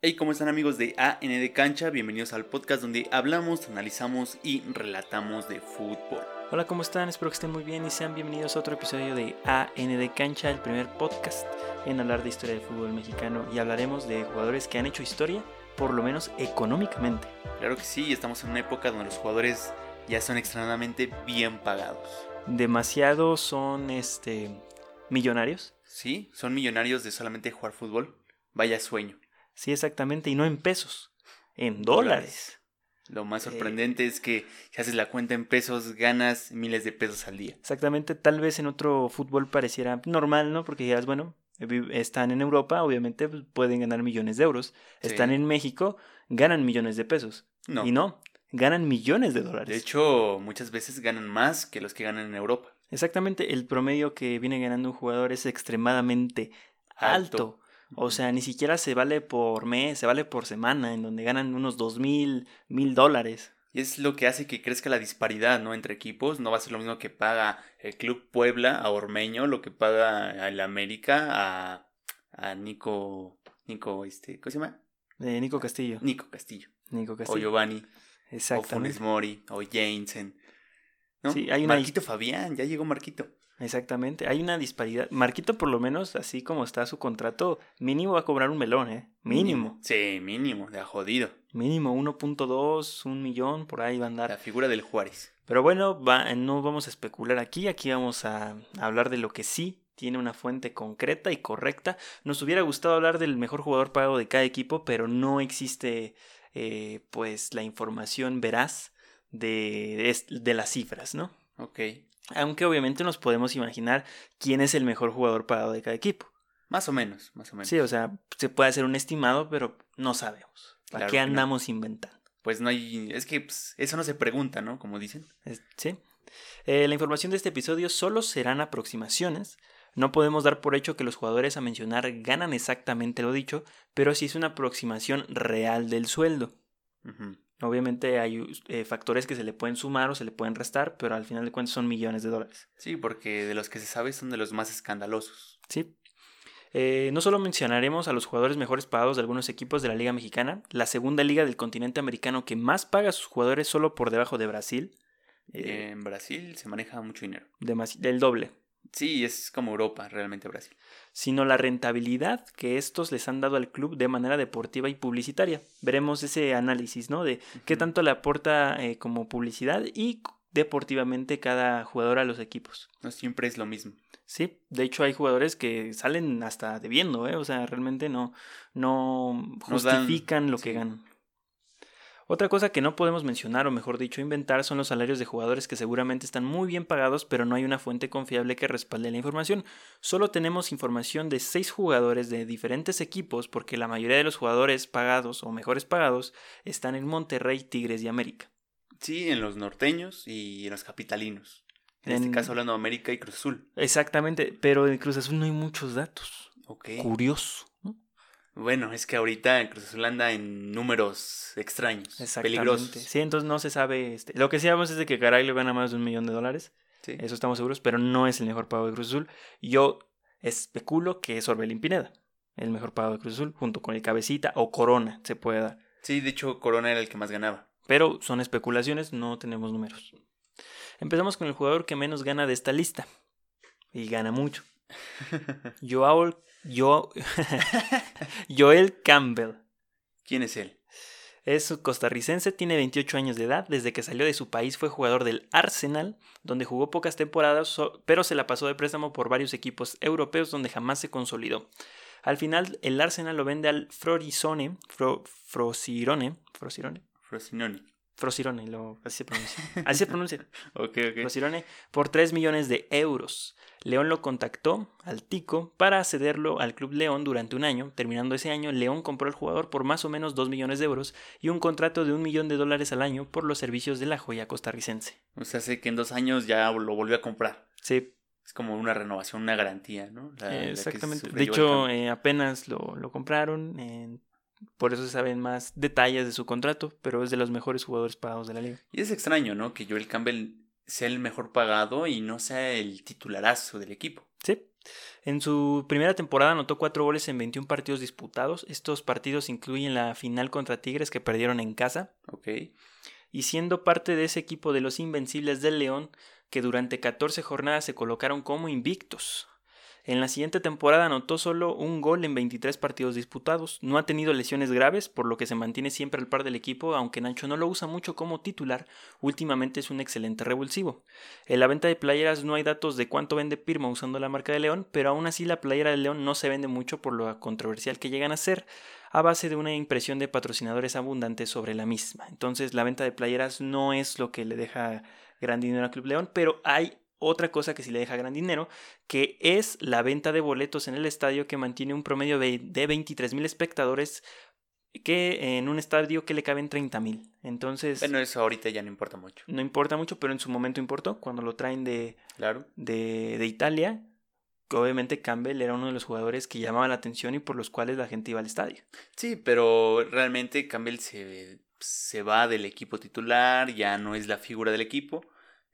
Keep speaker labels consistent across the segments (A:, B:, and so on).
A: Hey, ¿cómo están amigos de AN de Cancha? Bienvenidos al podcast donde hablamos, analizamos y relatamos de fútbol.
B: Hola, ¿cómo están? Espero que estén muy bien y sean bienvenidos a otro episodio de AN de Cancha, el primer podcast en hablar de historia del fútbol mexicano y hablaremos de jugadores que han hecho historia, por lo menos económicamente.
A: Claro que sí, estamos en una época donde los jugadores ya son extremadamente bien pagados.
B: Demasiado son este millonarios.
A: Sí, son millonarios de solamente jugar fútbol. Vaya sueño.
B: Sí, exactamente, y no en pesos, en dólares.
A: Lo más sorprendente es que si haces la cuenta en pesos, ganas miles de pesos al día.
B: Exactamente, tal vez en otro fútbol pareciera normal, ¿no? Porque dirás, bueno, vi- están en Europa, obviamente pues, pueden ganar millones de euros.
A: Sí.
B: Están en México, ganan millones de pesos.
A: No.
B: Y no, ganan millones de dólares.
A: De hecho, muchas veces ganan más que los que ganan en Europa.
B: Exactamente, el promedio que viene ganando un jugador es extremadamente alto. O sea, ni siquiera se vale por mes, se vale por semana, en donde ganan unos dos mil, mil dólares.
A: Y es lo que hace que crezca la disparidad, ¿no? Entre equipos. No va a ser lo mismo que paga el Club Puebla a Ormeño, lo que paga el América a, a Nico. Nico, este, ¿cómo se llama?
B: De Nico Castillo.
A: Nico Castillo.
B: Nico
A: O
B: Castillo.
A: Giovanni. O Funes
B: Exactamente.
A: Mori. O Jensen. ¿no?
B: Sí, hay una-
A: Marquito Fabián, ya llegó Marquito.
B: Exactamente. Hay una disparidad. Marquito, por lo menos, así como está su contrato, mínimo va a cobrar un melón, ¿eh? Mínimo.
A: Sí, mínimo, de a jodido.
B: Mínimo 1.2, un millón, por ahí va a andar.
A: La figura del Juárez.
B: Pero bueno, va- no vamos a especular aquí, aquí vamos a hablar de lo que sí tiene una fuente concreta y correcta. Nos hubiera gustado hablar del mejor jugador pagado de cada equipo, pero no existe eh, pues la información veraz de, de es- de las cifras, ¿no?
A: Ok.
B: Aunque obviamente nos podemos imaginar quién es el mejor jugador pagado de cada equipo.
A: Más o menos, más o menos.
B: Sí, o sea, se puede hacer un estimado, pero no sabemos. ¿Para
A: Claro
B: qué
A: que no.
B: andamos inventando?
A: Pues no hay. Es que pues, eso no se pregunta, ¿no? Como dicen.
B: Es- Sí. Eh, la información de este episodio solo serán aproximaciones. No podemos dar por hecho que los jugadores a mencionar ganan exactamente lo dicho, pero sí es una aproximación real del sueldo.
A: Ujú.
B: Obviamente hay eh, factores que se le pueden sumar o se le pueden restar, pero al final de cuentas son millones de dólares.
A: Sí, porque de los que se sabe son de los más escandalosos.
B: Sí. Eh, no solo mencionaremos a los jugadores mejores pagados de algunos equipos de la Liga Mexicana, la segunda liga del continente americano que más paga a sus jugadores solo por debajo de Brasil, eh,
A: En Brasil se maneja mucho dinero.
B: demasi- del doble,
A: Sí, es como Europa, realmente Brasil.
B: sino la rentabilidad que estos les han dado al club de manera deportiva y publicitaria. Veremos ese análisis, ¿no? De qué
A: Ujú.
B: tanto le aporta eh, como publicidad y deportivamente cada jugador a los equipos.
A: No siempre es lo mismo.
B: Sí, de hecho hay jugadores que salen hasta debiendo, ¿eh? O sea, realmente no, no
A: dan,
B: justifican lo que
A: sí.
B: ganan. Otra cosa que no podemos mencionar, o mejor dicho, inventar, son los salarios de jugadores que seguramente están muy bien pagados, pero no hay una fuente confiable que respalde la información. Solo tenemos información de seis jugadores de diferentes equipos, porque la mayoría de los jugadores pagados o mejores pagados están en Monterrey, Tigres y América.
A: Sí, en los norteños y en los capitalinos. En, este
B: En-
A: caso hablando de América y Cruz Azul.
B: Exactamente, pero de Cruz Azul no hay muchos datos.
A: Ok.
B: Curioso. ¿no?
A: Bueno, es que ahorita el Cruz Azul anda en números extraños,
B: Exactamente.
A: peligrosos.
B: Sí, entonces no se sabe. Este, lo que sí sabemos es de que Caraglio gana más de un millón de dólares.
A: Sí.
B: Eso estamos seguros, pero no es el mejor pago de Cruz Azul. Yo especulo que es Orbelín Pineda, el mejor pago de Cruz Azul, junto con el Cabecita o Corona, se puede dar.
A: Sí, de hecho Corona era el que más ganaba.
B: Pero son especulaciones, no tenemos números. Empezamos con el jugador que menos gana de esta lista. Y gana mucho. Joao, Joao- Joel Campbell.
A: ¿Quién es él?
B: Es costarricense, tiene 28 años de edad. Desde que salió de su país fue jugador del Arsenal, donde jugó pocas temporadas, so- pero se la pasó de préstamo por varios equipos europeos donde jamás se consolidó. Al final, el Arsenal lo vende al Frorisone, Fro, Frosirone, Frosirone,
A: Frosinoni.
B: Frosirone, lo- así se pronuncia. Así se pronuncia.
A: Ok, ok.
B: Rosirone por 3 millones de euros. León lo contactó al Tico para cederlo al Club León durante un año. Terminando ese año, León compró al jugador por más o menos 2 millones de euros y un contrato de un millón de dólares al año por los servicios de la joya costarricense.
A: O sea, sé que en dos años ya lo volvió a comprar.
B: Sí,
A: Es como una renovación, una garantía, ¿no? Ah, La- la que
B: exactamente.
A: sufre Joel
B: De hecho,
A: Campbell.
B: eh, apenas lo, lo compraron, eh, por eso se saben más detalles de su contrato, pero es de los mejores jugadores pagados de la liga.
A: Y es extraño, ¿no? Que Joel Campbell sea el mejor pagado y no sea el titularazo del equipo.
B: Sí. En su primera temporada anotó 4 goles en 21 partidos disputados. Estos partidos incluyen la final contra Tigres que perdieron en casa.
A: Ok.
B: Y siendo parte de ese equipo de los Invencibles del León, que durante 14 jornadas se colocaron como invictos. En la siguiente temporada anotó solo un gol en 23 partidos disputados. No ha tenido lesiones graves, por lo que se mantiene siempre al par del equipo, aunque Nacho no lo usa mucho como titular, últimamente es un excelente revulsivo. En la venta de playeras no hay datos de cuánto vende Pirma usando la marca de León, pero aún así la playera de León no se vende mucho por lo controversial que llegan a ser, a base de una impresión de patrocinadores abundantes sobre la misma. Entonces la venta de playeras no es lo que le deja gran dinero al Club León, pero hay otra cosa que sí le deja gran dinero, que es la venta de boletos en el estadio que mantiene un promedio de, 23 mil espectadores que en un estadio que le caben 30 mil. Entonces...
A: Bueno, eso ahorita ya no importa mucho.
B: No importa mucho, pero en su momento importó. Cuando lo traen de,
A: Claro.
B: de, de Italia, obviamente Campbell era uno de los jugadores que llamaba la atención y por los cuales la gente iba al estadio.
A: Sí, pero realmente Campbell se, se va del equipo titular, ya no es la figura del equipo.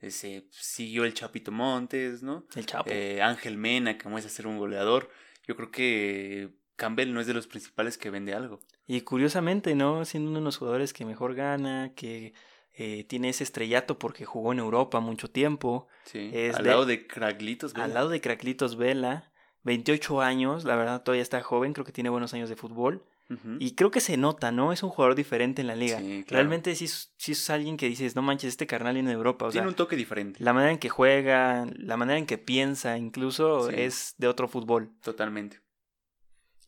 A: Eh, Se siguió el Chapito Montes, ¿no?
B: El Chapo.
A: Eh, Ángel Mena, que es a ser un goleador. Yo creo que Campbell no es de los principales que vende algo.
B: Y curiosamente, ¿no? Siendo uno de los jugadores que mejor gana, que eh, tiene ese estrellato porque jugó en Europa mucho tiempo,
A: Sí.
B: Es
A: al
B: de-
A: lado de Craglitos, güey.
B: al lado de Craclitos Vela, 28 años, la verdad todavía está joven, creo que tiene buenos años de fútbol.
A: Ujú.
B: Y creo que se nota, ¿no? Es un jugador diferente en la liga.
A: Sí, claro.
B: Realmente sí, es- sí es alguien que dices, no manches, este carnal viene de Europa. O sea,
A: Tiene un toque diferente,
B: la manera en que juega, la manera en que piensa, incluso
A: Sí.
B: es de otro fútbol.
A: totalmente.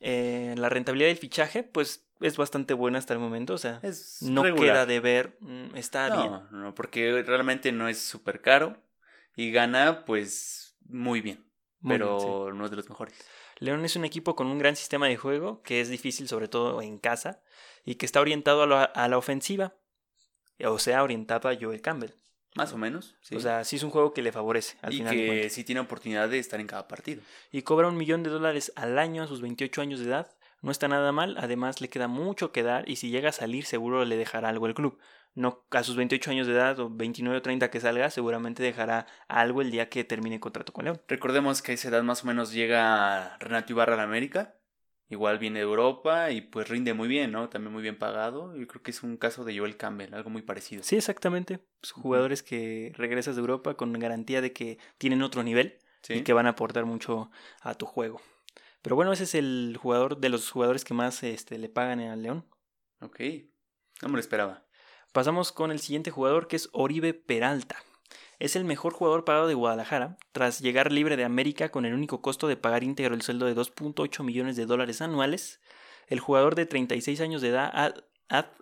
B: Eh, la rentabilidad del fichaje, pues es bastante buena hasta el momento. O sea,
A: Es
B: no
A: regular.
B: queda de ver, mm, está bien.
A: No, no, porque realmente no es súper caro y gana pues muy bien,
B: Muy bien,
A: pero
B: sí.
A: no es de los mejores.
B: León es un equipo con un gran sistema de juego que es difícil sobre todo en casa y que está orientado a la, a la ofensiva, o sea, orientado a Joel Campbell.
A: Más o menos, sí.
B: O sea, sí es un juego que le favorece al
A: y
B: final. de
A: que
B: cuentas.
A: sí tiene oportunidad de estar en cada partido.
B: Y cobra un millón de dólares al año a sus 28 años de edad. No está nada mal, además le queda mucho que dar y si llega a salir seguro le dejará algo el club. No a sus 28 años de edad o 29 o 30 que salga, seguramente dejará algo el día que termine el contrato con León.
A: Recordemos que a esa edad más o menos llega Renato Ibarra a la América, igual viene de Europa y pues rinde muy bien, ¿no? También muy bien pagado. Yo creo que es un caso de Joel Campbell, algo muy parecido.
B: Sí, exactamente. Pues,
A: Ujú.
B: jugadores que regresas de Europa con garantía de que tienen otro nivel
A: Sí.
B: y que van a aportar mucho a tu juego. Pero bueno, ese es el jugador de los jugadores que más este, le pagan al León.
A: Ok, no me lo esperaba.
B: Pasamos con el siguiente jugador que es Oribe Peralta. Es el mejor jugador pagado de Guadalajara, tras llegar libre de América con el único costo de pagar íntegro el sueldo de 2.8 millones de dólares anuales. El jugador de 36 años de edad ha- ha-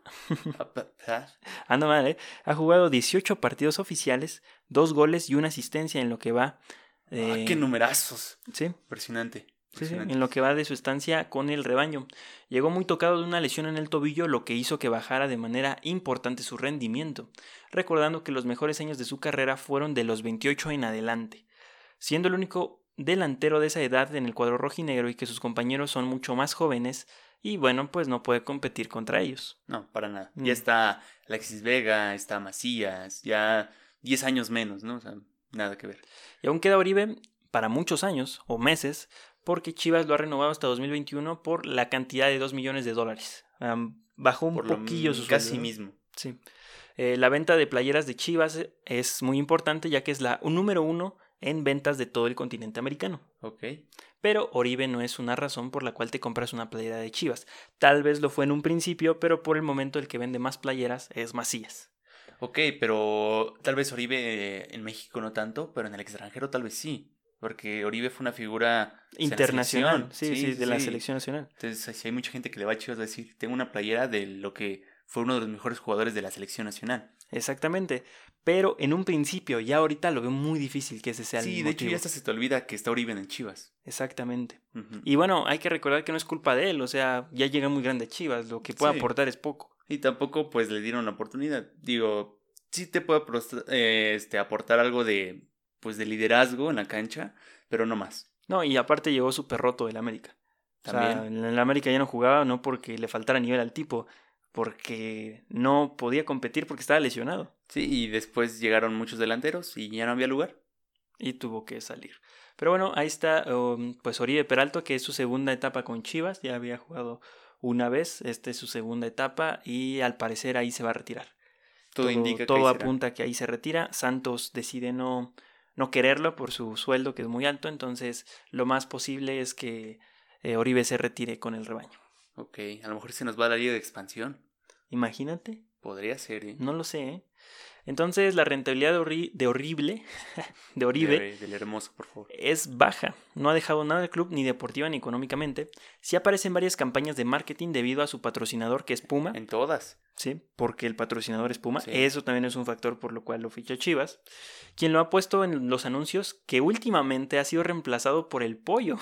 A: Ah,
B: Anda mal, ¿eh? Ha jugado 18 partidos oficiales, dos goles y una asistencia en lo que va.
A: Ah,
B: eh,
A: ¡Qué numerazos!
B: sí,
A: Impresionante.
B: sí, sí,
A: impresionante.
B: en lo que va de su estancia con el rebaño. Llegó muy tocado de una lesión en el tobillo, lo que hizo que bajara de manera importante su rendimiento, recordando que los mejores años de su carrera fueron de los 28 en adelante, siendo el único delantero de esa edad en el cuadro rojinegro y que sus compañeros son mucho más jóvenes y bueno, pues no puede competir contra ellos.
A: No, para nada.
B: Mm.
A: Ya está Alexis Vega, está Macías, ya 10 años menos, ¿no? O sea, nada que ver.
B: Y aún queda Oribe para muchos años o meses, porque Chivas lo ha renovado hasta 2021 por la cantidad de 2 millones de dólares. Am, bajó un
A: Por lo
B: poquillo
A: m-
B: su
A: Casi
B: sueldo, ¿no?
A: mismo.
B: Sí. Eh, la venta de playeras de Chivas eh, es muy importante, ya que es la número uno en ventas de todo el continente americano.
A: Ok.
B: Pero Oribe no es una razón por la cual te compras una playera de Chivas. Tal vez lo fue en un principio, pero por el momento el que vende más playeras es Macías.
A: Ok, pero tal vez Oribe eh, en México no tanto, pero en el extranjero tal vez sí. Porque Oribe fue una figura pues, en la
B: Internacional, sí,
A: selección.
B: sí, de la
A: sí.
B: selección nacional.
A: Entonces, si hay mucha gente que le va a Chivas, va a decir, tengo una playera de lo que fue uno de los mejores jugadores de la selección nacional.
B: Exactamente. Pero en un principio, ya ahorita lo veo muy difícil que ese sea el
A: sí, de hecho
B: motivo.
A: ya hasta se te olvida que está Oribe en Chivas.
B: Exactamente.
A: Ujú.
B: Y bueno, hay que recordar que no es culpa de él, o sea, ya llega muy grande a Chivas, lo que puede
A: Sí.
B: aportar es poco.
A: Y tampoco pues le dieron la oportunidad. Digo, sí te puede apros- eh, este, aportar algo de pues de liderazgo en la cancha, pero no más.
B: No, y aparte llegó súper roto del América. También.
A: También.
B: en el América ya no jugaba, no porque le faltara nivel al tipo, porque no podía competir porque estaba lesionado
A: Sí, y después llegaron muchos delanteros y ya no había lugar.
B: y tuvo que salir. Pero bueno, ahí está um, pues Oribe Peralta, que es su segunda etapa con Chivas, ya había jugado una vez, esta es su segunda etapa y al parecer ahí se va a retirar.
A: Todo, indica
B: todo
A: que ahí será.
B: apunta que ahí se retira. Santos decide no, no quererlo por su sueldo que es muy alto, entonces lo más posible es que eh, Oribe se retire con el rebaño.
A: Ok, a lo mejor se nos va la liga de expansión.
B: Imagínate,
A: Podría ser, ¿eh?
B: no lo sé. ¿eh? Entonces la rentabilidad de, Orri- de horrible, de Oribe,
A: Del, del hermoso, por favor.
B: es baja. No ha dejado nada al club, ni deportiva ni económicamente. Sí aparecen varias campañas de marketing debido a su patrocinador que es Puma.
A: En todas.
B: Sí, porque el patrocinador es Puma.
A: Sí.
B: Eso también es un factor por lo cual lo fichó Chivas. Quien lo ha puesto en los anuncios que últimamente ha sido reemplazado por el pollo.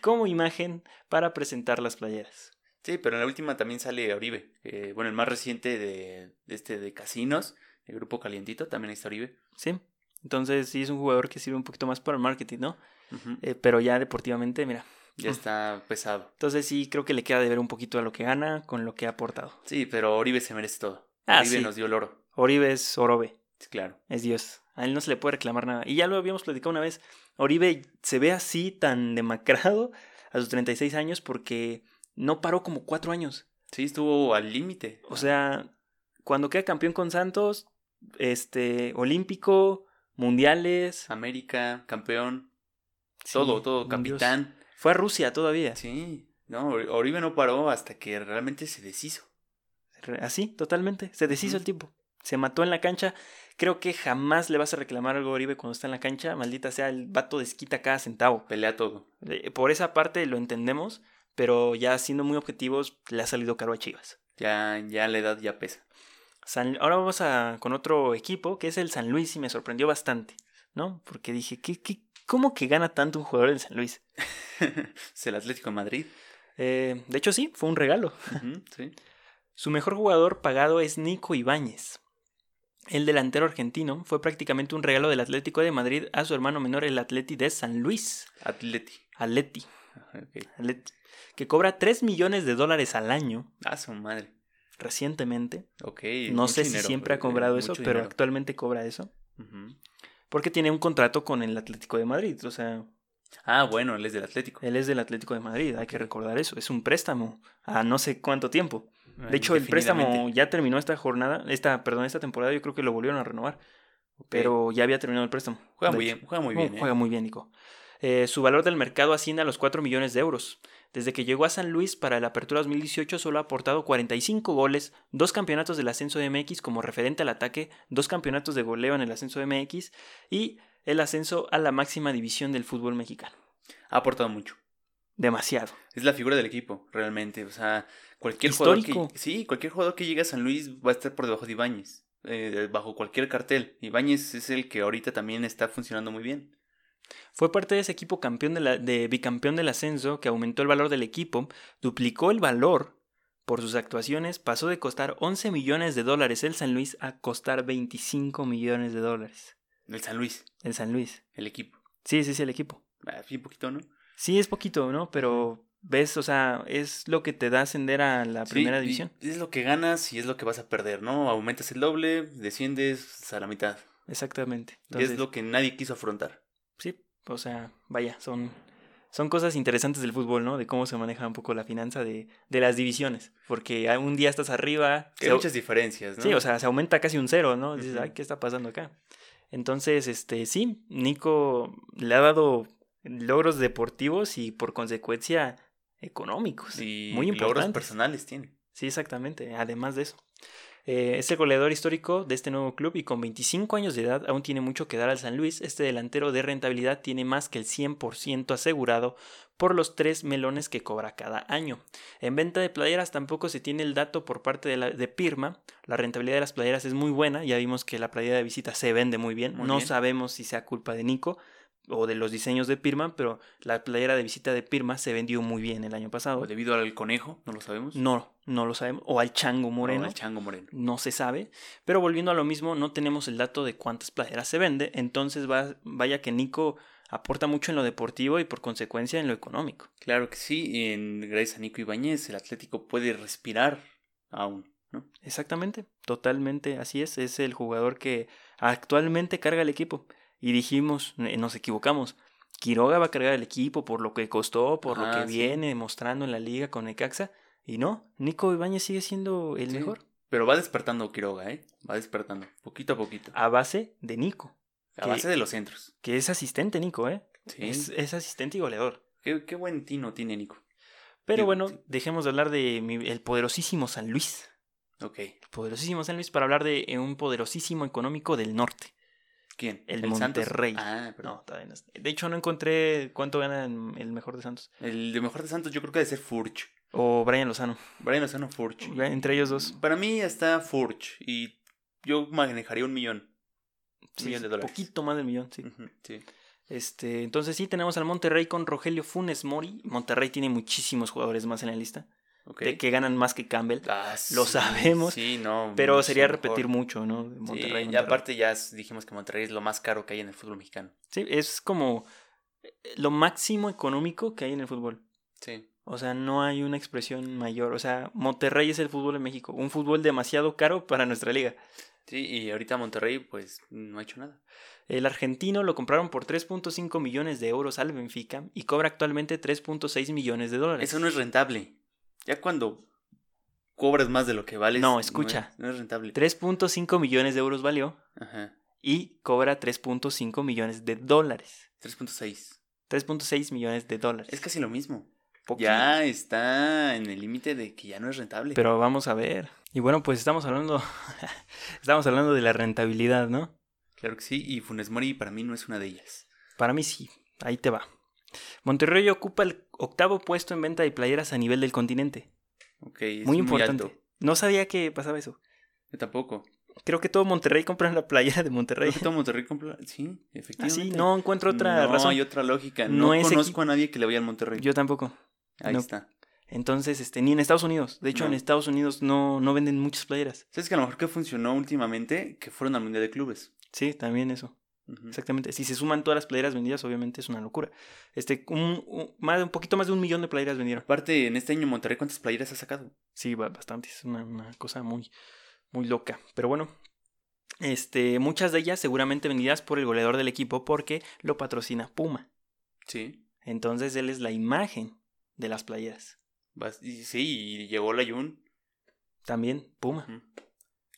B: como imagen para presentar las playeras.
A: Sí, pero en la última también sale Oribe. Eh, bueno, el más reciente de, de este de Casinos, el grupo Calientito, también está Oribe.
B: ¿Sí? Entonces sí es un jugador que sirve un poquito más para el marketing, ¿no?
A: Ujú.
B: Eh, pero ya deportivamente, mira.
A: Ya está pesado.
B: Entonces sí creo que le queda de ver un poquito a lo que gana con lo que ha aportado.
A: Sí, pero Oribe se merece todo.
B: Ah,
A: Oribe
B: sí.
A: nos dio el oro.
B: Oribe es Orobe.
A: Sí, claro.
B: Es Dios. A él no se le puede reclamar nada. Y ya lo habíamos platicado una vez. Oribe se ve así tan demacrado a sus 36 años porque no paró como cuatro años.
A: Sí, estuvo al límite.
B: O sea, cuando queda campeón con Santos, este, olímpico, mundiales.
A: América, campeón,
B: sí,
A: todo, todo,
B: un dios.
A: capitán.
B: Fue a Rusia todavía.
A: Sí. No, Ori- Oribe no paró hasta que realmente se deshizo.
B: Re- Así, totalmente. Se deshizo
A: Ujú.
B: el tipo. Se mató en la cancha. Creo que jamás le vas a reclamar algo a Oribe cuando está en la cancha. Maldita sea, el vato desquita cada centavo.
A: Pelea todo.
B: Eh, Por esa parte lo entendemos, pero ya siendo muy objetivos, le ha salido caro a Chivas.
A: Ya, ya la edad ya pesa.
B: San- Ahora vamos a, con otro equipo, que es el San Luis, y me sorprendió bastante, ¿no? Porque dije, ¿qué, qué, ¿cómo que gana tanto un jugador del San Luis?
A: es el Atlético de Madrid.
B: Eh, de hecho, sí, fue un regalo.
A: Ujú, sí.
B: Su mejor jugador pagado es Nico Ibáñez. El delantero argentino fue prácticamente un regalo del Atlético de Madrid a su hermano menor, el Atleti de San Luis,
A: Atleti.
B: Atleti,
A: Ajá, ok.
B: Atleti que cobra 3 millones de dólares al año
A: Ah, su madre.
B: recientemente.
A: Ok.
B: No
A: mucho
B: sé si
A: dinero,
B: siempre ha
A: eh,
B: cobrado eso,
A: mucho
B: pero
A: dinero.
B: actualmente cobra eso.
A: Ujú.
B: Porque tiene un contrato con el Atlético de Madrid. O sea,
A: Ah, bueno, él es del Atlético.
B: él es del Atlético de Madrid, hay que recordar eso. Es un préstamo a no sé cuánto tiempo. De hecho, el préstamo
A: Indefinidamente.
B: ya terminó esta jornada, esta, perdón, esta temporada, yo creo que lo volvieron a renovar.
A: Ok.
B: Pero ya había terminado el préstamo.
A: Juega
B: de
A: muy
B: hecho.
A: bien, juega muy
B: Oh,
A: bien. eh.
B: juega muy bien, Nico. Eh, su valor del mercado asciende a los 4 millones de euros. Desde que llegó a San Luis para la apertura 2018 solo ha aportado 45 goles, dos campeonatos del ascenso de MX como referente al ataque, dos campeonatos de goleo en el ascenso de MX y el ascenso a la máxima división del fútbol mexicano.
A: Ha aportado mucho.
B: Demasiado.
A: Es la figura del equipo, realmente. O sea, cualquier jugador que,
B: Histórico.
A: sí, cualquier jugador que llegue a San Luis va a estar por debajo de Ibáñez. eh, bajo cualquier cartel. Ibáñez es el que ahorita también está funcionando muy bien.
B: Fue parte de ese equipo campeón de, la- de bicampeón del ascenso que aumentó el valor del equipo, duplicó el valor por sus actuaciones, pasó de costar 11 millones de dólares el San Luis a costar 25 millones de dólares
A: El San Luis,
B: el San Luis.
A: el equipo.
B: Sí, sí, sí, el equipo.
A: Ah, Sí, un poquito, ¿no?
B: Sí, es poquito, ¿no? Pero ves, o sea, es lo que te da ascender a la
A: Sí,
B: primera
A: y
B: división.
A: Es lo que ganas y es lo que vas a perder, ¿no? Aumentas el doble, desciendes a la mitad.
B: Exactamente.
A: Y
B: Entonces,
A: es lo que nadie quiso afrontar.
B: sí, o sea, vaya, son, son cosas interesantes del fútbol, ¿no? De cómo se maneja un poco la finanza de, de las divisiones. Porque a- un día estás arriba.
A: Que
B: se-
A: hay muchas diferencias, ¿no?
B: Sí, o sea, se aumenta casi un cero, ¿no? Dices,
A: Ujú.
B: ay, ¿qué está pasando acá? Entonces, este, sí, Nico le ha dado logros deportivos y por consecuencia económicos.
A: y
B: muy
A: logros
B: importantes.
A: personales tiene.
B: Sí, exactamente. Además de eso. Eh, es el goleador histórico de este nuevo club y con 25 años de edad aún tiene mucho que dar al San Luis. Este delantero de rentabilidad tiene más que el 100% asegurado por los tres melones que cobra cada año. En venta de playeras tampoco se tiene el dato por parte de, la, de Pirma. La rentabilidad de las playeras es muy buena. Ya vimos que la playera de visita se vende muy bien.
A: Muy
B: no
A: bien.
B: sabemos si sea culpa de Nico o de los diseños de Pirma, pero la playera de visita de Pirma se vendió muy bien el año pasado.
A: O debido al conejo, no lo sabemos.
B: No, no lo sabemos. O al Chango Moreno.
A: pues. O al chango moreno.
B: No se sabe. Pero volviendo a lo mismo, no tenemos el dato de cuántas playeras se vende. Entonces va- vaya que Nico aporta mucho en lo deportivo y por consecuencia en lo económico.
A: Claro que sí, y en, gracias a Nico Ibáñez el Atlético puede respirar aún, ¿no?
B: Exactamente, totalmente así es. Es el jugador que actualmente carga el equipo. y dijimos, eh, nos equivocamos. Quiroga va a cargar el equipo por lo que costó, por lo
A: Ah,
B: que
A: sí.
B: viene mostrando en la liga con Necaxa. Y no, Nico Ibáñez sigue siendo el
A: Sí.
B: mejor
A: Pero va despertando Quiroga, ¿eh? Va despertando, poquito a poquito.
B: a base de Nico,
A: A
B: Ah, que-
A: base de los centros.
B: que es asistente Nico, ¿eh?
A: Sí.
B: Es, es asistente y goleador.
A: Qué, qué buen tino tiene Nico.
B: Pero
A: Digo,
B: bueno,
A: sí.
B: dejemos de hablar de mi- el poderosísimo San Luis.
A: Ok.
B: El poderosísimo San Luis para hablar de eh, un poderosísimo económico del norte.
A: ¿Quién?
B: El
A: Santos?
B: Monterrey.
A: Ah, perdón.
B: No, todavía no. es- De hecho, no encontré cuánto gana en- el mejor de Santos.
A: El de mejor de Santos yo creo que debe ser Furch.
B: O Brian Lozano.
A: Brian Lozano Furch. Pues,
B: Ya Entre ellos dos.
A: Para mí está Furch y yo manejaría un millón.
B: Sí,
A: Millón de dólares. Mm.
B: Poquito más del millón, sí.
A: Ujú, Sí.
B: Este, entonces sí, tenemos al Monterrey con Rogelio Funes Mori. Monterrey tiene muchísimos jugadores más en la lista.
A: Ok.
B: De que ganan más que Campbell.
A: Ah,
B: Lo
A: sí,
B: sabemos,
A: Sí, no.
B: Pero
A: mucho
B: sería
A: mejor.
B: repetir mucho, ¿no? De
A: Sí,
B: Monterrey.
A: y
B: Monterrey.
A: aparte ya s- dijimos que Monterrey es lo más caro que hay en el fútbol mexicano.
B: Sí, es como eh, lo máximo económico que hay en el fútbol.
A: Sí.
B: O sea, no hay una expresión mayor. O sea, Monterrey es el fútbol en México. Un fútbol demasiado caro para nuestra liga.
A: Sí, y ahorita Monterrey pues no ha hecho nada.
B: El argentino lo compraron por 3.5 millones de euros al Benfica y cobra actualmente 3.6 millones de dólares.
A: Eso no es rentable. Ya cuando cobras más de lo que vales.
B: No, escucha.
A: No es, no es rentable.
B: 3.5 millones de euros valió
A: Ajá.
B: y cobra 3.5 millones de dólares.
A: 3.6.
B: 3.6 millones de dólares.
A: Es casi lo mismo.
B: Poquito.
A: Ya está en el límite de que ya no es rentable.
B: Pero vamos a ver. Y bueno, pues estamos hablando estamos hablando de la rentabilidad, ¿no?
A: Claro que sí, y Funes Mori para mí no es una de ellas.
B: Para mí sí, ahí te va. Monterrey ocupa el octavo puesto en venta de playeras a nivel del continente.
A: Ok, es
B: muy importante.
A: alto.
B: no sabía que pasaba eso.
A: Yo tampoco.
B: Creo que todo Monterrey compra la playera de Monterrey.
A: Creo que todo Monterrey compra- Sí, efectivamente.
B: Así, Ah, no encuentro otra
A: no
B: razón.
A: hay otra lógica.
B: No
A: No,
B: es
A: conozco a nadie que le vaya al Monterrey.
B: Yo tampoco.
A: Ahí
B: no.
A: está.
B: Entonces, este, ni en Estados Unidos. De hecho,
A: No.
B: en Estados Unidos no, no venden muchas playeras.
A: ¿Sabes que a lo mejor que funcionó últimamente? Que fueron al Mundial de Clubes.
B: Sí, también eso.
A: Ujú.
B: Exactamente. Si se suman todas las playeras vendidas, obviamente es una locura. Este, un, un- más, un poquito más de un millón de playeras vendieron.
A: Aparte, en este año Monterrey, ¿cuántas playeras ha sacado?
B: Sí, ba- bastante. Es una, una cosa muy, muy loca. Pero bueno. Este, muchas de ellas seguramente vendidas por el goleador del equipo porque lo patrocina Puma.
A: Sí.
B: Entonces él es la imagen de las playeras.
A: Vas- y- sí, y llegó la Jun.
B: También Puma.
A: Ujú.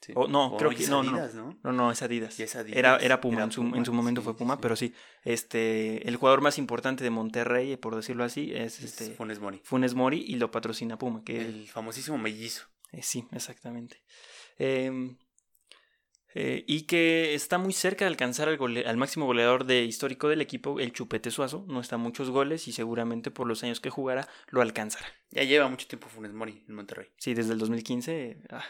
A: Sí.
B: Oh, no, creo
A: y
B: que-
A: es
B: no, no,
A: Adidas, no.
B: No, no, es Adidas.
A: Y es Adidas.
B: Era, era Puma,
A: Era
B: en, su, en su
A: Puma,
B: momento
A: sí,
B: fue
A: sí,
B: Puma,
A: sí.
B: pero sí, este, el jugador más importante de Monterrey, eh, por decirlo así, es
A: Es
B: este,
A: Funes Mori.
B: Funes Mori y lo patrocina Puma, que
A: El famosísimo mellizo.
B: eh, sí, exactamente. Em, eh, y que está muy cerca de alcanzar al, gole- al máximo goleador de histórico del equipo, el Chupete Suazo, no está a muchos goles y seguramente por los años que jugará lo alcanzará.
A: Ya lleva mucho tiempo Funes Mori en Monterrey.
B: Sí, desde el 2015. ah.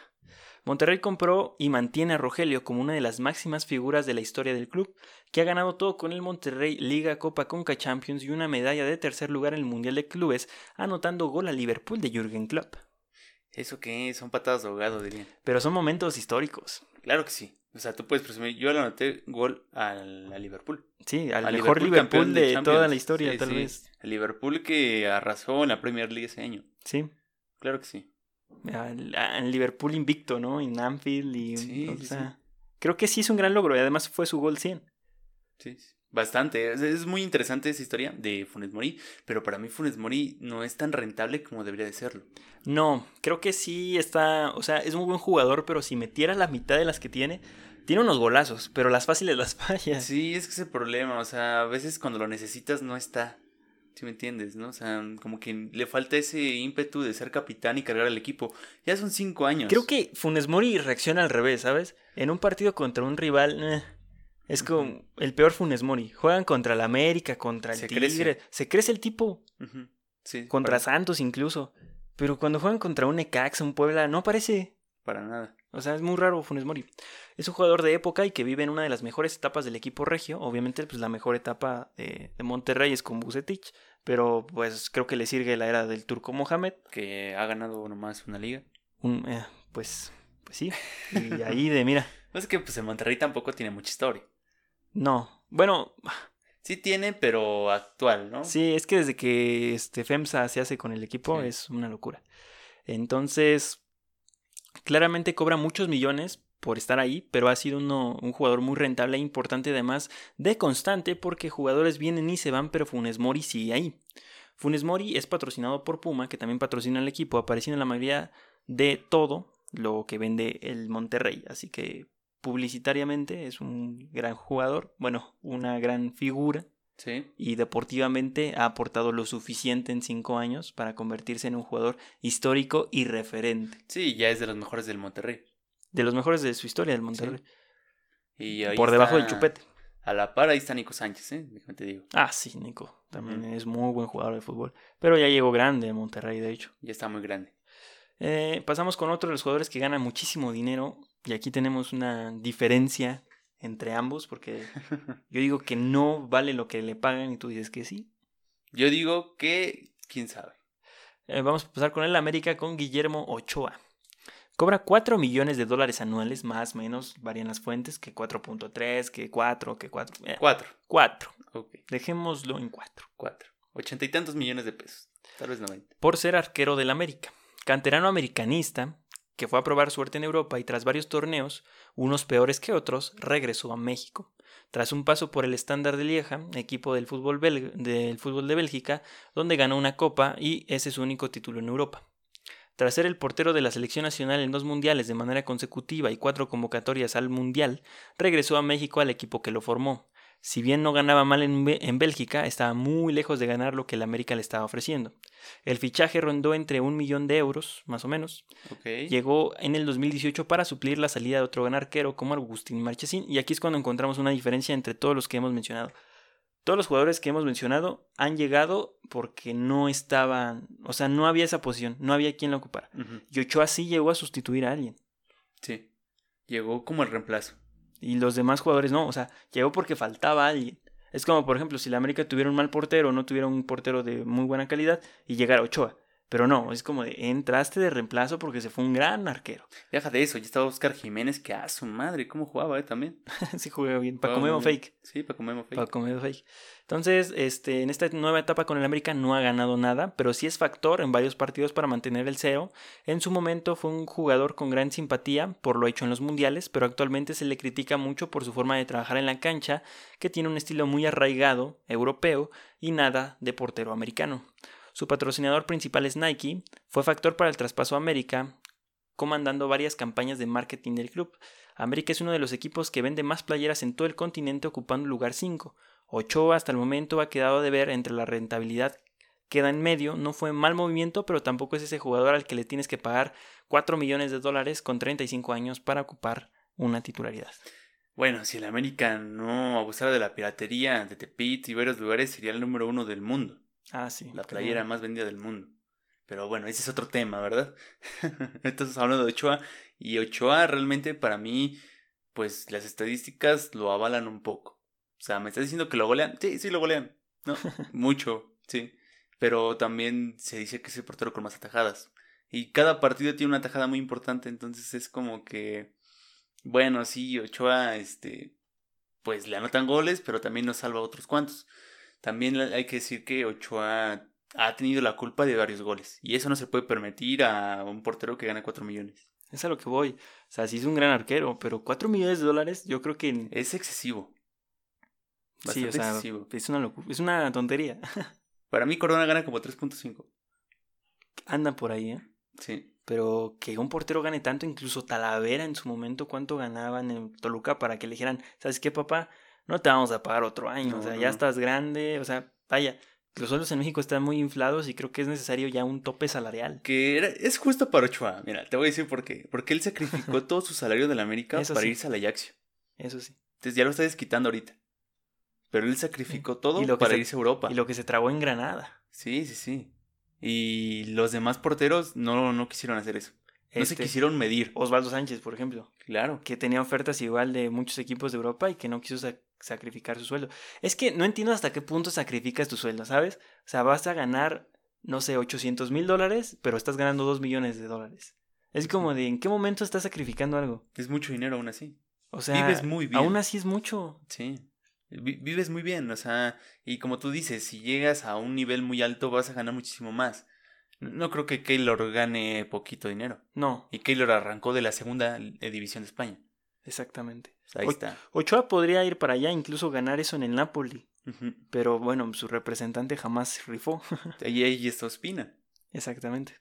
B: Monterrey compró y mantiene a Rogelio como una de las máximas figuras de la historia del club, que ha ganado todo con el Monterrey Liga Copa Conca Champions y una medalla de tercer lugar en el Mundial de Clubes, anotando gol a Liverpool de Jürgen Klopp.
A: ¿Eso qué? Son patadas de ahogado, dirían.
B: Pero son momentos históricos.
A: Claro que sí. O sea, tú puedes presumir. Yo le anoté gol al, a Liverpool.
B: Sí, al
A: Al
B: mejor
A: Liverpool,
B: Liverpool,
A: campeón de
B: de, toda
A: Champions.
B: la historia,
A: Sí,
B: tal
A: sí.
B: vez.
A: El Liverpool que arrasó en la Premier League ese año.
B: Sí.
A: Claro que sí.
B: Al, al Liverpool invicto, ¿no? En Anfield y...
A: Sí,
B: o
A: sí,
B: sea, Creo que sí es un gran logro y además fue su gol 100.
A: Sí, sí. Bastante. Es, es muy interesante esa historia de Funes Mori. Pero para mí Funes Mori no es tan rentable como debería de serlo.
B: No, creo que sí está, o sea, es un buen jugador, pero si metiera la mitad de las que tiene, tiene unos golazos, pero las fáciles las falla.
A: Sí, es que ese problema, o sea, a veces cuando lo necesitas no está. ¿Sí me entiendes, no? O sea, como que le falta ese ímpetu de ser capitán y cargar al equipo. Ya son cinco años.
B: Creo que Funes Mori reacciona al revés, ¿sabes? En un partido contra un rival, eh, es como
A: Ujú.
B: el peor Funes Mori. Juegan contra el América, contra el
A: Se
B: Tigre,
A: crece.
B: se crece el tipo,
A: Ujú. Sí,
B: contra
A: para,
B: Santos incluso, pero cuando juegan contra un Necaxa, un Puebla, no aparece.
A: para nada.
B: O sea, es muy raro Funes Mori. Es un jugador de época y que vive en una de las mejores etapas del equipo regio. Obviamente, pues la mejor etapa eh, de, de Monterrey es con Bucetich. Pero pues creo que le sirve la era del turco Mohamed.
A: Que ha ganado nomás una liga.
B: Un, eh, pues, pues sí. Y ahí de, mira,
A: Es que pues en Monterrey tampoco tiene mucha historia.
B: no. Bueno,
A: Sí tiene, pero actual, ¿no?
B: sí, es que desde que este FEMSA se hace con el equipo
A: Sí.
B: es una locura. Entonces, claramente cobra muchos millones por estar ahí, pero ha sido uno, un jugador muy rentable e importante además de constante porque jugadores vienen y se van, pero Funes Mori sigue ahí. Funes Mori es patrocinado por Puma, que también patrocina al equipo, apareciendo en la mayoría de todo lo que vende el Monterrey, así que publicitariamente es un gran jugador, bueno, una gran figura
A: Sí.
B: y deportivamente ha aportado lo suficiente en cinco años para convertirse en un jugador histórico y referente.
A: Sí, ya es de los mejores del Monterrey.
B: De los mejores de su historia del Monterrey.
A: Y ahí
B: por debajo del
A: está-
B: chupete.
A: A la par ahí está Nico Sánchez, ¿eh? Déjame te digo.
B: Ah, sí, Nico. También
A: Ujú.
B: es muy buen jugador de fútbol. Pero ya llegó grande el Monterrey, de hecho.
A: Ya está muy grande.
B: Eh, pasamos con otro de los jugadores que gana muchísimo dinero. Y aquí tenemos una diferencia entre ambos. Porque yo digo que no vale lo que le pagan y tú dices que sí.
A: Yo digo que, quién sabe.
B: Eh, vamos a pasar con el América con Guillermo Ochoa. Cobra 4 millones de dólares anuales, más o menos, varían las fuentes, que 4.3, que 4, que 4. eh,
A: Cuatro.
B: 4.
A: Ok,
B: Dejémoslo en 4.
A: cuatro. Ochenta y tantos millones de pesos. Tal vez noventa.
B: Por ser arquero del América. Canterano americanista, que fue a probar suerte en Europa y tras varios torneos, unos peores que otros, regresó a México. Tras un paso por el estándar de Lieja, equipo del fútbol, bel- del fútbol de Bélgica, donde ganó una copa y ese es su único título en Europa. Tras ser el portero de la selección nacional en dos mundiales de manera consecutiva y cuatro convocatorias al mundial, regresó a México al equipo que lo formó. Si bien no ganaba mal en, Bé- en Bélgica, estaba muy lejos de ganar lo que el América le estaba ofreciendo. El fichaje rondó entre un millón de euros, más o menos,
A: Ok.
B: Llegó en el 2018 para suplir la salida de otro gran arquero como Agustín Marchesín. Y aquí es cuando encontramos una diferencia entre todos los que hemos mencionado. Todos los jugadores que hemos mencionado han llegado porque no estaban, o sea, no había esa posición, no había quien la ocupara.
A: Ujú,
B: Y Ochoa sí llegó a sustituir a alguien.
A: Sí. Llegó como el reemplazo.
B: Y los demás jugadores no, o sea, llegó porque faltaba alguien. Es como, por ejemplo, si la América tuviera un mal portero, no tuviera un portero de muy buena calidad y llegara Ochoa. Pero no, es como de entraste de reemplazo porque se fue un gran arquero.
A: Deja de eso, ya estaba Oscar Jiménez, que a su madre, cómo jugaba, eh, también.
B: sí jugó bien, para
A: Jugaba muy
B: comer
A: bien.
B: fake.
A: Sí, para comer fake.
B: Paco Medfey. Entonces, este, en esta nueva etapa con el América no ha ganado nada, pero sí es factor en varios partidos para mantener el cero. En su momento fue un jugador con gran simpatía por lo hecho en los mundiales, pero actualmente se le critica mucho por su forma de trabajar en la cancha, que tiene un estilo muy arraigado, europeo, y nada de portero americano. Su patrocinador principal es Nike, fue factor para el traspaso a América, comandando varias campañas de marketing del club. América es uno de los equipos que vende más playeras en todo el continente ocupando el lugar 5. Ochoa hasta el momento ha quedado de ver entre la rentabilidad queda en medio, no fue mal movimiento, pero tampoco es ese jugador al que le tienes que pagar 4 millones de dólares con 35 años para ocupar una titularidad.
A: Bueno, si el América no abusara de la piratería de Tepit y varios lugares, sería el número uno del mundo.
B: Ah, sí.
A: La playera más vendida del mundo. Pero bueno, ese es otro tema, ¿verdad? Entonces, hablando de Ochoa, y Ochoa realmente para mí, pues las estadísticas lo avalan un poco. O sea, me estás diciendo que lo golean. Sí, sí lo golean. No, mucho, sí. Pero también se dice que es el portero con más atajadas. Y cada partido tiene una atajada muy importante, entonces es como que, bueno, sí, Ochoa, este, pues le anotan goles, pero también nos salva otros cuantos. También la- hay que decir que Ochoa ha tenido la culpa de varios goles. Y eso no se puede permitir a un portero que gana 4 millones.
B: Es a lo que voy. O sea, sí es un gran arquero, pero 4 millones de dólares yo creo que...
A: Es excesivo.
B: sí,
A: Bastante
B: o sea,
A: excesivo.
B: es una locu- es una tontería.
A: Para mí Corona gana como 3.5.
B: Andan por ahí, ¿eh?
A: Sí.
B: Pero que un portero gane tanto, incluso Talavera en su momento, cuánto ganaban en Toluca para que le dijeran, ¿sabes qué, papá? No te vamos a pagar otro año, o
A: No,
B: sea,
A: no,
B: ya
A: no.
B: estás grande, o sea, vaya, los sueldos en México están muy inflados y creo que es necesario ya un tope salarial.
A: Que era- es justo para Ochoa. Mira, te voy a decir por qué. Porque él sacrificó todo su salario de la América
B: Eso
A: para
B: sí.
A: irse al Ajaxio.
B: Eso sí.
A: Entonces ya lo está desquitando ahorita. Pero él sacrificó todo
B: Y lo que
A: para
B: se-
A: irse a Europa.
B: Y lo que se trabó en Granada.
A: Sí, sí, sí. Y los demás porteros no, no quisieron hacer eso. No se
B: Este,
A: quisieron medir.
B: Osvaldo Sánchez, por ejemplo,
A: Claro.
B: que tenía ofertas igual de muchos equipos de Europa y que no quiso sac- sacrificar su sueldo. Es que no entiendo hasta qué punto sacrificas tu sueldo, ¿sabes? O sea, vas a ganar, no sé, 800 mil dólares, pero estás ganando 2 millones de dólares. Es como de, ¿en qué momento estás sacrificando algo?
A: Es mucho dinero aún así.
B: O sea,
A: Vives muy bien.
B: aún así es mucho.
A: Sí. Vi- vives muy bien, o sea, y como tú dices, si llegas a un nivel muy alto vas a ganar muchísimo más. No- No creo que Keylor gane poquito dinero.
B: No,
A: Y Keylor arrancó de la segunda eh, división de España.
B: Exactamente.
A: Ahí
B: O-
A: está.
B: Ochoa podría ir para allá, incluso ganar eso en el Napoli.
A: Ujú.
B: Pero bueno, su representante jamás rifó.
A: Ahí, ahí está Ospina.
B: Exactamente.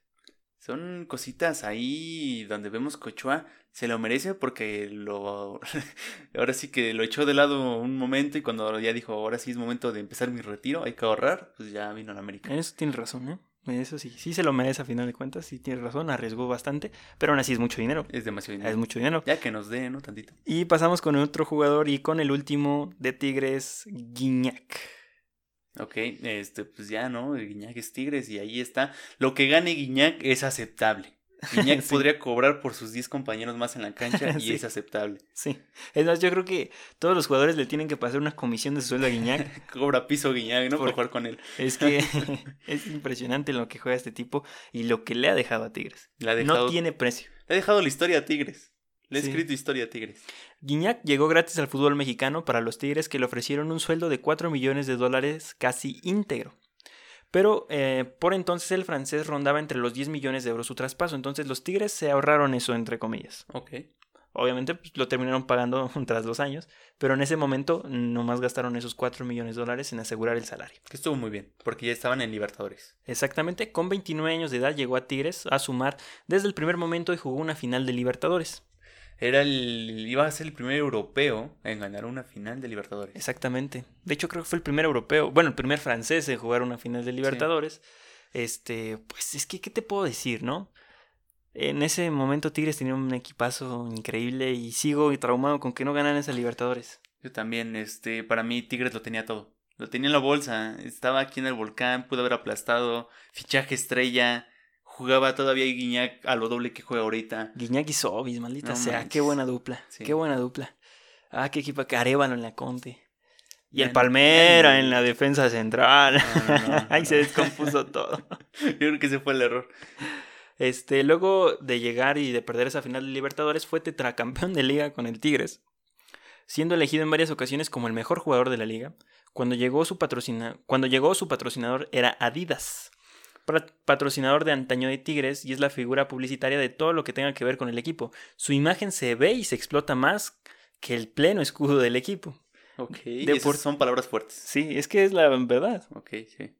A: Son cositas ahí donde vemos que Ochoa se lo merece porque lo. ahora sí que lo echó de lado un momento y cuando ya dijo, ahora sí es momento de empezar mi retiro, hay que ahorrar, pues ya vino a la América.
B: En eso tienes razón, ¿eh? En eso sí. Sí se lo merece a final de cuentas, sí tienes razón, arriesgó bastante. Pero aún así es mucho dinero.
A: Es demasiado
B: Es
A: dinero.
B: mucho dinero.
A: Ya que nos dé, ¿no? Tantito.
B: Y pasamos con otro jugador y con el último de Tigres, Guiñac.
A: Ok, este, pues ya, ¿no? Guiñac es Tigres y ahí está. Lo que gane Guiñac es aceptable. Guiñac
B: Sí.
A: podría cobrar por sus 10 compañeros más en la cancha y
B: Sí.
A: es aceptable.
B: Sí. Es más, yo creo que todos los jugadores le tienen que pasar una comisión de su sueldo a Guiñac.
A: Cobra piso Guiñac, ¿no? Por
B: Por-
A: jugar con él.
B: Es que es impresionante lo que juega este tipo y lo que le ha dejado a Tigres.
A: Le ha dejado,
B: No tiene precio.
A: le ha dejado la historia a Tigres. Le ha
B: Sí.
A: escrito historia a Tigres.
B: Guiñac llegó gratis al fútbol mexicano para los Tigres que le ofrecieron un sueldo de 4 millones de dólares casi íntegro. Pero eh, por entonces el francés rondaba entre los 10 millones de euros su traspaso, entonces los Tigres se ahorraron eso, entre comillas.
A: Ok.
B: Obviamente pues, lo terminaron pagando tras dos años, pero en ese momento nomás gastaron esos 4 millones de dólares en asegurar el salario.
A: Que estuvo muy bien, porque ya estaban en Libertadores.
B: Exactamente, con 29 años de edad llegó a Tigres a sumar desde el primer momento y jugó una final de Libertadores.
A: Era el, iba a ser el primer europeo en ganar una final de Libertadores.
B: Exactamente. De hecho, creo que fue el primer europeo, bueno, el primer francés en jugar una final de Libertadores. Este, pues es que, ¿qué te puedo decir, no? En ese momento Tigres tenía un equipazo increíble y sigo traumado con que no ganan esa Libertadores.
A: Yo también, este, para mí Tigres lo tenía todo. Lo tenía en la bolsa, estaba aquí en el volcán, pudo haber aplastado, fichaje estrella, jugaba todavía Guiñac a lo doble que juega ahorita.
B: Guiñac y Sobis, maldita
A: No
B: sea, qué
A: manches.
B: buena dupla,
A: Sí.
B: qué buena dupla. Ah, qué equipo, que Arevalo en la Conte. Y
A: Ya
B: el
A: ni-
B: Palmera
A: ya ni-
B: en la defensa central.
A: No, no, no,
B: Ahí se
A: no.
B: descompuso todo.
A: Yo creo que ese fue el error.
B: Este, luego de llegar y de perder esa final de Libertadores, fue tetracampeón de liga con el Tigres, siendo elegido en varias ocasiones como el mejor jugador de la liga. Cuando llegó su, patrocina- Cuando llegó su patrocinador era Adidas, pra- patrocinador de antaño de Tigres y es la figura publicitaria de todo lo que tenga que ver con el equipo. Su imagen se ve y se explota más que el pleno escudo del equipo.
A: Ok.
B: De por-
A: esas son palabras fuertes.
B: Sí, es que es la verdad.
A: Ok, sí.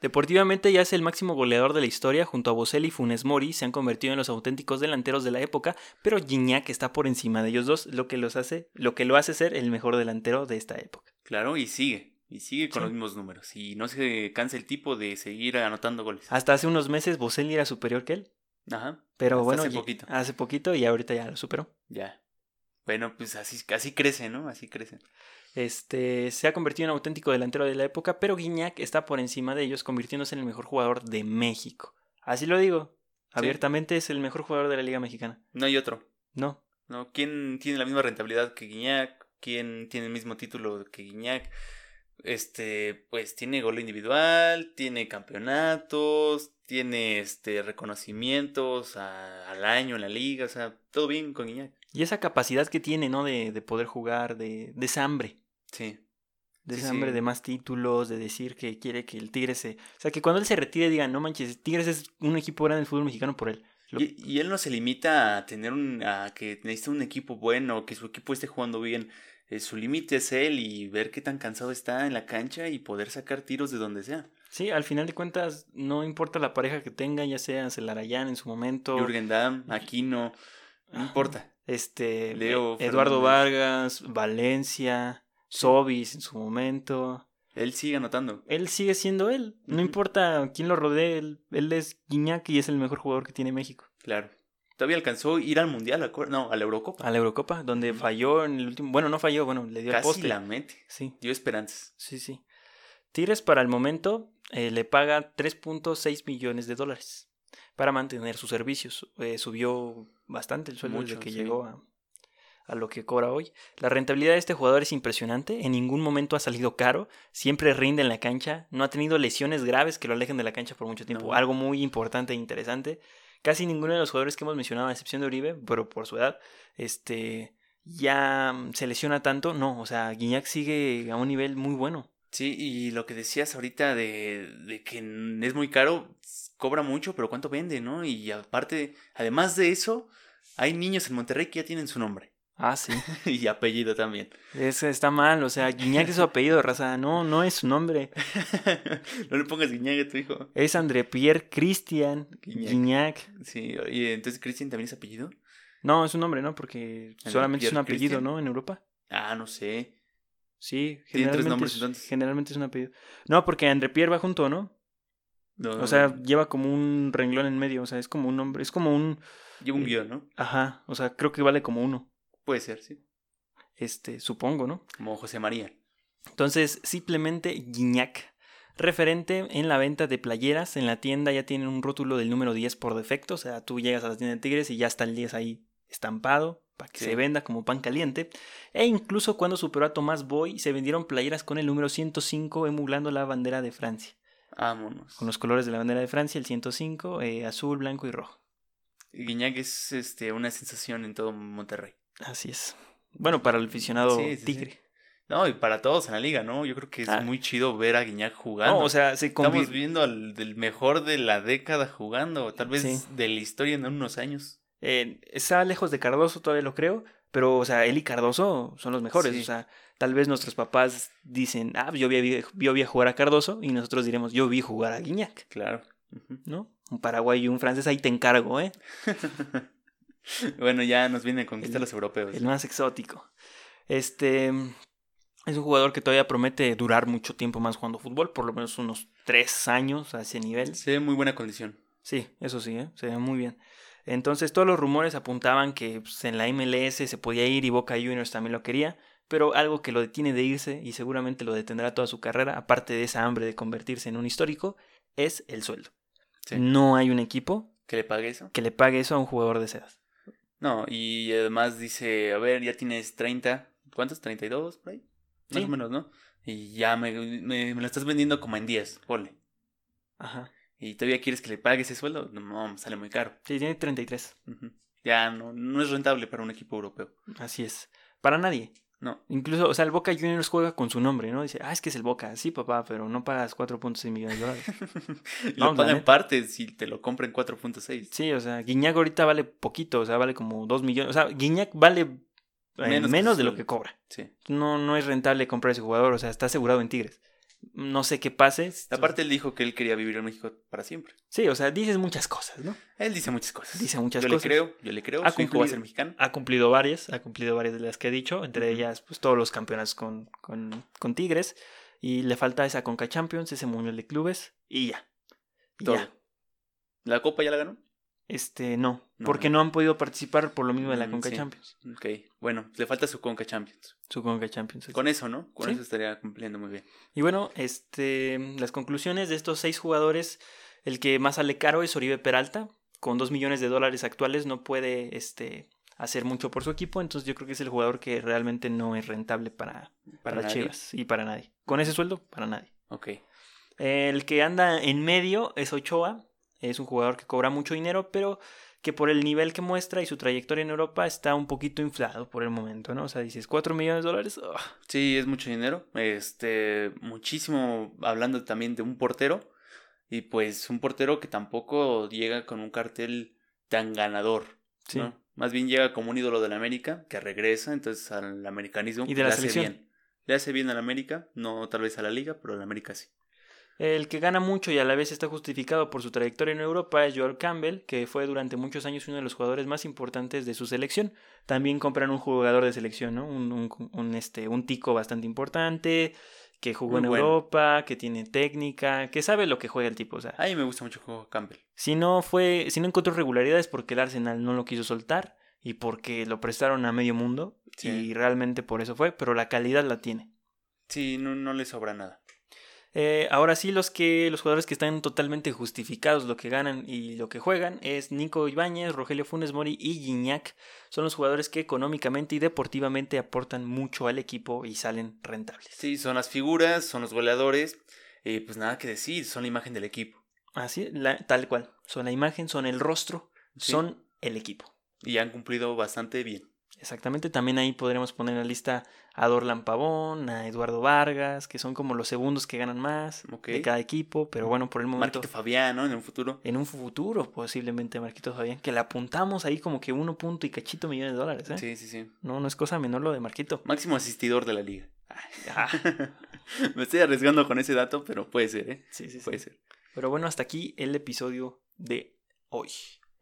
B: Deportivamente ya es el máximo goleador de la historia, junto a Boselli y Funes Mori se han convertido en los auténticos delanteros de la época, pero Gignac está por encima de ellos dos, lo que los hace, lo que lo hace ser el mejor delantero de esta época.
A: Claro, y sigue. Y sigue con
B: Sí.
A: los mismos números. Y no se cansa el tipo de seguir anotando goles.
B: Hasta hace unos meses Boselli era superior que él,
A: Ajá.
B: pero
A: Hasta
B: bueno,
A: hace
B: Gi-
A: poquito.
B: hace poquito y ahorita ya lo superó.
A: Ya. Bueno, pues así, así crece, ¿no? Así crece.
B: Este se ha convertido en auténtico delantero de la época, pero Gignac está por encima de ellos, convirtiéndose en el mejor jugador de México. Así lo digo, abiertamente es el mejor jugador de la Liga Mexicana.
A: No hay otro.
B: No,
A: ¿no? ¿Quién tiene la misma rentabilidad que Guiñac? ¿Quién tiene el mismo título que Guiñac? Este, pues tiene gol individual, tiene campeonatos, tiene este reconocimientos a- al año en la liga, o sea, todo bien con Guiñac.
B: Y esa capacidad que tiene, ¿no? De, de poder jugar, de, de esa hambre.
A: Sí,
B: De
A: Sí,
B: esa hambre
A: sí.
B: de más títulos, de decir que quiere que el Tigres se... O sea, que cuando él se retire digan, no manches, Tigres es un equipo grande del fútbol mexicano por él. Lo-
A: Y, y él no se limita a tener un, a que necesita un equipo bueno, que su equipo esté jugando bien. Eh, su límite es él y ver qué tan cansado está en la cancha y poder sacar tiros de donde sea.
B: Sí, al final de cuentas, no importa la pareja que tenga, ya sea Celarayán en su momento.
A: Jürgen Damm, Aquino, no
B: Ajá.
A: importa.
B: Este,
A: Leo
B: eh, Eduardo
A: Fernández.
B: Vargas, Valencia, Sobis en su momento.
A: Él sigue anotando.
B: Él sigue siendo él. No
A: Ujú.
B: importa quién lo rodee, él, él es Guiñac y es el mejor jugador que tiene México.
A: Claro. Todavía alcanzó a ir al Mundial, ¿acuer- no, a la Eurocopa.
B: A la Eurocopa, donde falló en el último. Bueno, no falló, bueno, le dio el
A: Casi
B: poste.
A: la mete.
B: Sí,
A: Dio esperanzas.
B: sí, sí. Tigres para el momento eh, le paga 3.6 millones de dólares para mantener sus servicios. Eh, subió bastante el sueldo
A: Mucho,
B: desde que
A: sí.
B: llegó a, a lo que cobra hoy. La rentabilidad de este jugador es impresionante. En ningún momento ha salido caro. Siempre rinde en la cancha. No ha tenido lesiones graves que lo alejen de la cancha por mucho tiempo.
A: No.
B: Algo muy importante e interesante. Casi ninguno de los jugadores que hemos mencionado, a excepción de Uribe, pero por su edad, este ya mm, se lesiona tanto. No, o sea, Guiñac sigue a un nivel muy bueno.
A: Sí, y lo que decías ahorita de, de que n- es muy caro, s- cobra mucho, pero ¿cuánto vende, no? Y aparte, además de eso, hay niños en Monterrey que ya tienen su nombre.
B: Ah, sí.
A: y apellido también.
B: Ese está mal, o sea, Guiñac es su apellido, raza. No, no es su nombre.
A: no le pongas Guiñac a tu hijo.
B: Es André Pierre Christian
A: Guiñac.
B: Guiñac.
A: Sí, y entonces Cristian también es apellido.
B: No, es un nombre, ¿no? Porque
A: André
B: solamente es un
A: Pierre
B: apellido,
A: Christian.
B: ¿no? En Europa.
A: Ah, no sé.
B: Sí,
A: Tiene tres
B: generalmente,
A: nombres,
B: es,
A: entonces.
B: generalmente es un apellido. No, porque André Pierre va junto, ¿no?
A: No,
B: O sea, lleva como un renglón en medio, o sea, es como un nombre, es como un...
A: lleva un guión, ¿no?
B: Ajá, o sea, creo que vale como uno,
A: Puede ser, sí.
B: este, supongo, ¿no?
A: Como José María.
B: Entonces, simplemente Guiñac. Referente en la venta de playeras, en la tienda ya tienen un rótulo del número 10 por defecto, o sea, tú llegas a la tienda de Tigres y ya está el 10 ahí estampado para que
A: Sí.
B: se venda como pan caliente. E incluso cuando superó a Tomás Boy, se vendieron playeras con el número 105 emulando la bandera de Francia.
A: Vámonos.
B: Con los colores de la bandera de Francia, el 105, eh, azul, blanco y rojo.
A: Guiñac es este, una sensación en todo Monterrey.
B: Así es. Bueno, para el aficionado
A: Sí, sí, sí.
B: tigre.
A: No, y para todos en la liga, ¿no? Yo creo que es
B: Ah.
A: muy chido ver a Guiñac jugando.
B: No, o sea, se
A: Estamos
B: convirtió.
A: viendo al del mejor de la década jugando, tal vez
B: Sí.
A: de la historia en unos años.
B: Eh, está lejos de Cardoso, todavía lo creo. Pero, o sea, él y Cardoso son los mejores.
A: Sí.
B: O sea, tal vez nuestros papás dicen, ah, yo vi, yo vi a jugar a Cardoso. Y nosotros diremos, yo vi jugar a Guiñac,
A: Claro. Ujú.
B: ¿no? Un paraguayo y un francés, ahí te encargo, ¿eh?
A: bueno, ya nos vienen a conquistar
B: El-
A: los europeos.
B: El más exótico. Este. Es un jugador que todavía promete durar mucho tiempo más jugando fútbol, por lo menos unos tres años a ese nivel.
A: Se ve muy buena condición.
B: Sí, eso sí, ¿eh? se ve muy bien. Entonces todos los rumores apuntaban que pues, en la MLS se podía ir y Boca Juniors también lo quería, pero algo que lo detiene de irse y seguramente lo detendrá toda su carrera, aparte de esa hambre de convertirse en un histórico, es el sueldo.
A: Sí.
B: No hay un equipo
A: ¿Que le pague eso?
B: que le pague eso a un jugador de esas.
A: No, y además dice, a ver, ya tienes 30, ¿cuántos? ¿32 por ahí? Más
B: Sí.
A: o menos, ¿no? Y ya me, me, me lo estás vendiendo como en 10, ponle.
B: Ajá.
A: ¿Y todavía quieres que le pague ese sueldo? No, no, sale muy caro.
B: Sí, tiene 33.
A: Ujú. Ya no, no es rentable para un equipo europeo.
B: Así es. Para nadie.
A: No,
B: Incluso, o sea, el Boca Juniors juega con su nombre, ¿no? Dice, ah, es que es el Boca. Sí, papá, pero no pagas 4.6 millones de dólares.
A: lo
B: la
A: pagan en
B: neta.
A: partes si te lo compran 4.6.
B: Sí, o sea, Guiñac ahorita vale poquito, o sea, vale como 2 millones. O sea, Guiñac vale eh,
A: Menos que
B: menos,
A: su
B: de lo
A: sueldo.
B: que cobra.
A: Sí.
B: No, no es rentable comprar ese jugador, o sea, está asegurado en Tigres. No sé qué pase.
A: Aparte, él dijo que él quería vivir en México para siempre.
B: Sí, o sea, dices muchas cosas, ¿no?
A: Él dice muchas cosas.
B: Dice muchas
A: yo
B: cosas.
A: le creo, yo le creo.
B: Ha
A: Su hijo va a
B: cumplido.
A: ser mexicano.
B: Ha cumplido varias, ha cumplido varias de las que he dicho, entre
A: Ujú.
B: ellas, pues todos los campeonatos con, con, con Tigres. Y le falta esa Conca Champions, ese Mundial de Clubes, y ya. Y
A: Todo.
B: ya.
A: ¿La copa ya la ganó?
B: Este, no,
A: No,
B: porque
A: no.
B: no. han podido participar por lo mismo de la
A: Mm,
B: Conca
A: sí.
B: Champions.
A: Ok. Bueno, le falta su Conca Champions.
B: Su Conca Champions.
A: Con eso, ¿no? Con
B: Sí.
A: eso estaría cumpliendo muy bien.
B: Y bueno, este, las conclusiones de estos seis jugadores, el que más sale caro es Oribe Peralta, con dos millones de dólares actuales no puede este, hacer mucho por su equipo, entonces yo creo que es el jugador que realmente no es rentable para, para,
A: nadie.
B: Chivas y para nadie. Con ese sueldo, para nadie.
A: Ok.
B: El que anda en medio es Ochoa, es un jugador que cobra mucho dinero, pero que por el nivel que muestra y su trayectoria en Europa está un poquito inflado por el momento, ¿no? O sea, dices, cuatro millones de dólares, ugh.
A: Sí, es mucho dinero. Este, muchísimo hablando también de un portero. Y pues un portero que tampoco llega con un cartel tan ganador.
B: Sí.
A: ¿no? Más bien llega como un ídolo del América, que regresa entonces al americanismo.
B: Y de la
A: le hace
B: selección.
A: bien. Le hace bien al América, no tal vez a la liga, pero al América sí.
B: El que gana mucho y a la vez está justificado por su trayectoria en Europa es Joel Campbell, que fue durante muchos años uno de los jugadores más importantes de su selección. También compran un jugador de selección, ¿no? Un, un- un, este, un tico bastante importante, que
A: Muy
B: jugó en
A: bueno.
B: Europa, que tiene técnica, que sabe lo que juega el tipo. O sea,
A: A mí me gusta mucho juego Campbell.
B: si no fue, si no encontró regularidades porque el Arsenal no lo quiso soltar y porque lo prestaron a medio mundo
A: Sí.
B: y realmente por eso fue, pero la calidad la tiene.
A: Sí, no, no le sobra nada.
B: Eh, ahora sí, los que los jugadores que están totalmente justificados lo que ganan y lo que juegan es Nico Ibáñez, Rogelio Funes Mori y Gignac. Son los jugadores que económicamente y deportivamente aportan mucho al equipo y salen rentables.
A: Sí, son las figuras, son los goleadores. Y pues nada que decir, son la imagen del equipo.
B: Así, la- tal cual. Son la imagen, son el rostro,
A: Sí.
B: son el equipo.
A: Y han cumplido bastante bien.
B: Exactamente, también ahí podremos poner en la lista a Dorlan Pavón, a Eduardo Vargas, que son como los segundos que ganan más
A: Ok.
B: de cada equipo, pero bueno, por el momento
A: Marquito Fabián, ¿no? En un futuro.
B: en un futuro posiblemente a Marquito Fabián, que le apuntamos ahí como que uno punto y cachito millones de dólares, ¿eh?
A: Sí, sí, sí.
B: No, no es cosa menor lo de Marquito.
A: Máximo asistidor de la liga.
B: Ah,
A: Me estoy arriesgando con ese dato, pero puede ser, ¿eh?
B: sí, sí, sí.
A: Puede ser.
B: Pues, Pero bueno, hasta aquí el episodio de hoy.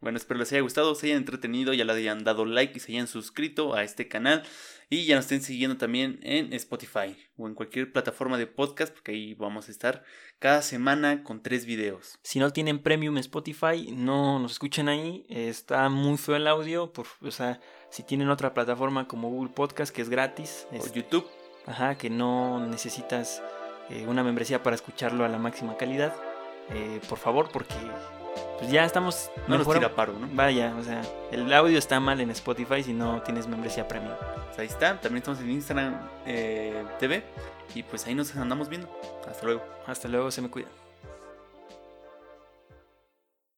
A: Bueno, espero les haya gustado, se hayan entretenido, ya le hayan dado like y se hayan suscrito a este canal. Y ya nos estén siguiendo también en Spotify o en cualquier plataforma de podcast, porque ahí vamos a estar cada semana con tres videos.
B: Si no tienen premium Spotify, no nos escuchen ahí. eh, Está muy feo el audio. Por, o sea, si tienen otra plataforma como Google Podcast, que es gratis,
A: O
B: este,
A: YouTube,
B: ajá, que no necesitas eh, una membresía para escucharlo a la máxima calidad, eh, por favor, porque pues, ya estamos.
A: no nos
B: mejora-
A: tira paro, ¿no?
B: Vaya, o sea, el audio está mal en Spotify si no tienes membresía premium.
A: Pues ahí está, también estamos en Instagram eh, TV y pues ahí nos andamos viendo. Hasta luego.
B: Hasta luego, se me cuida.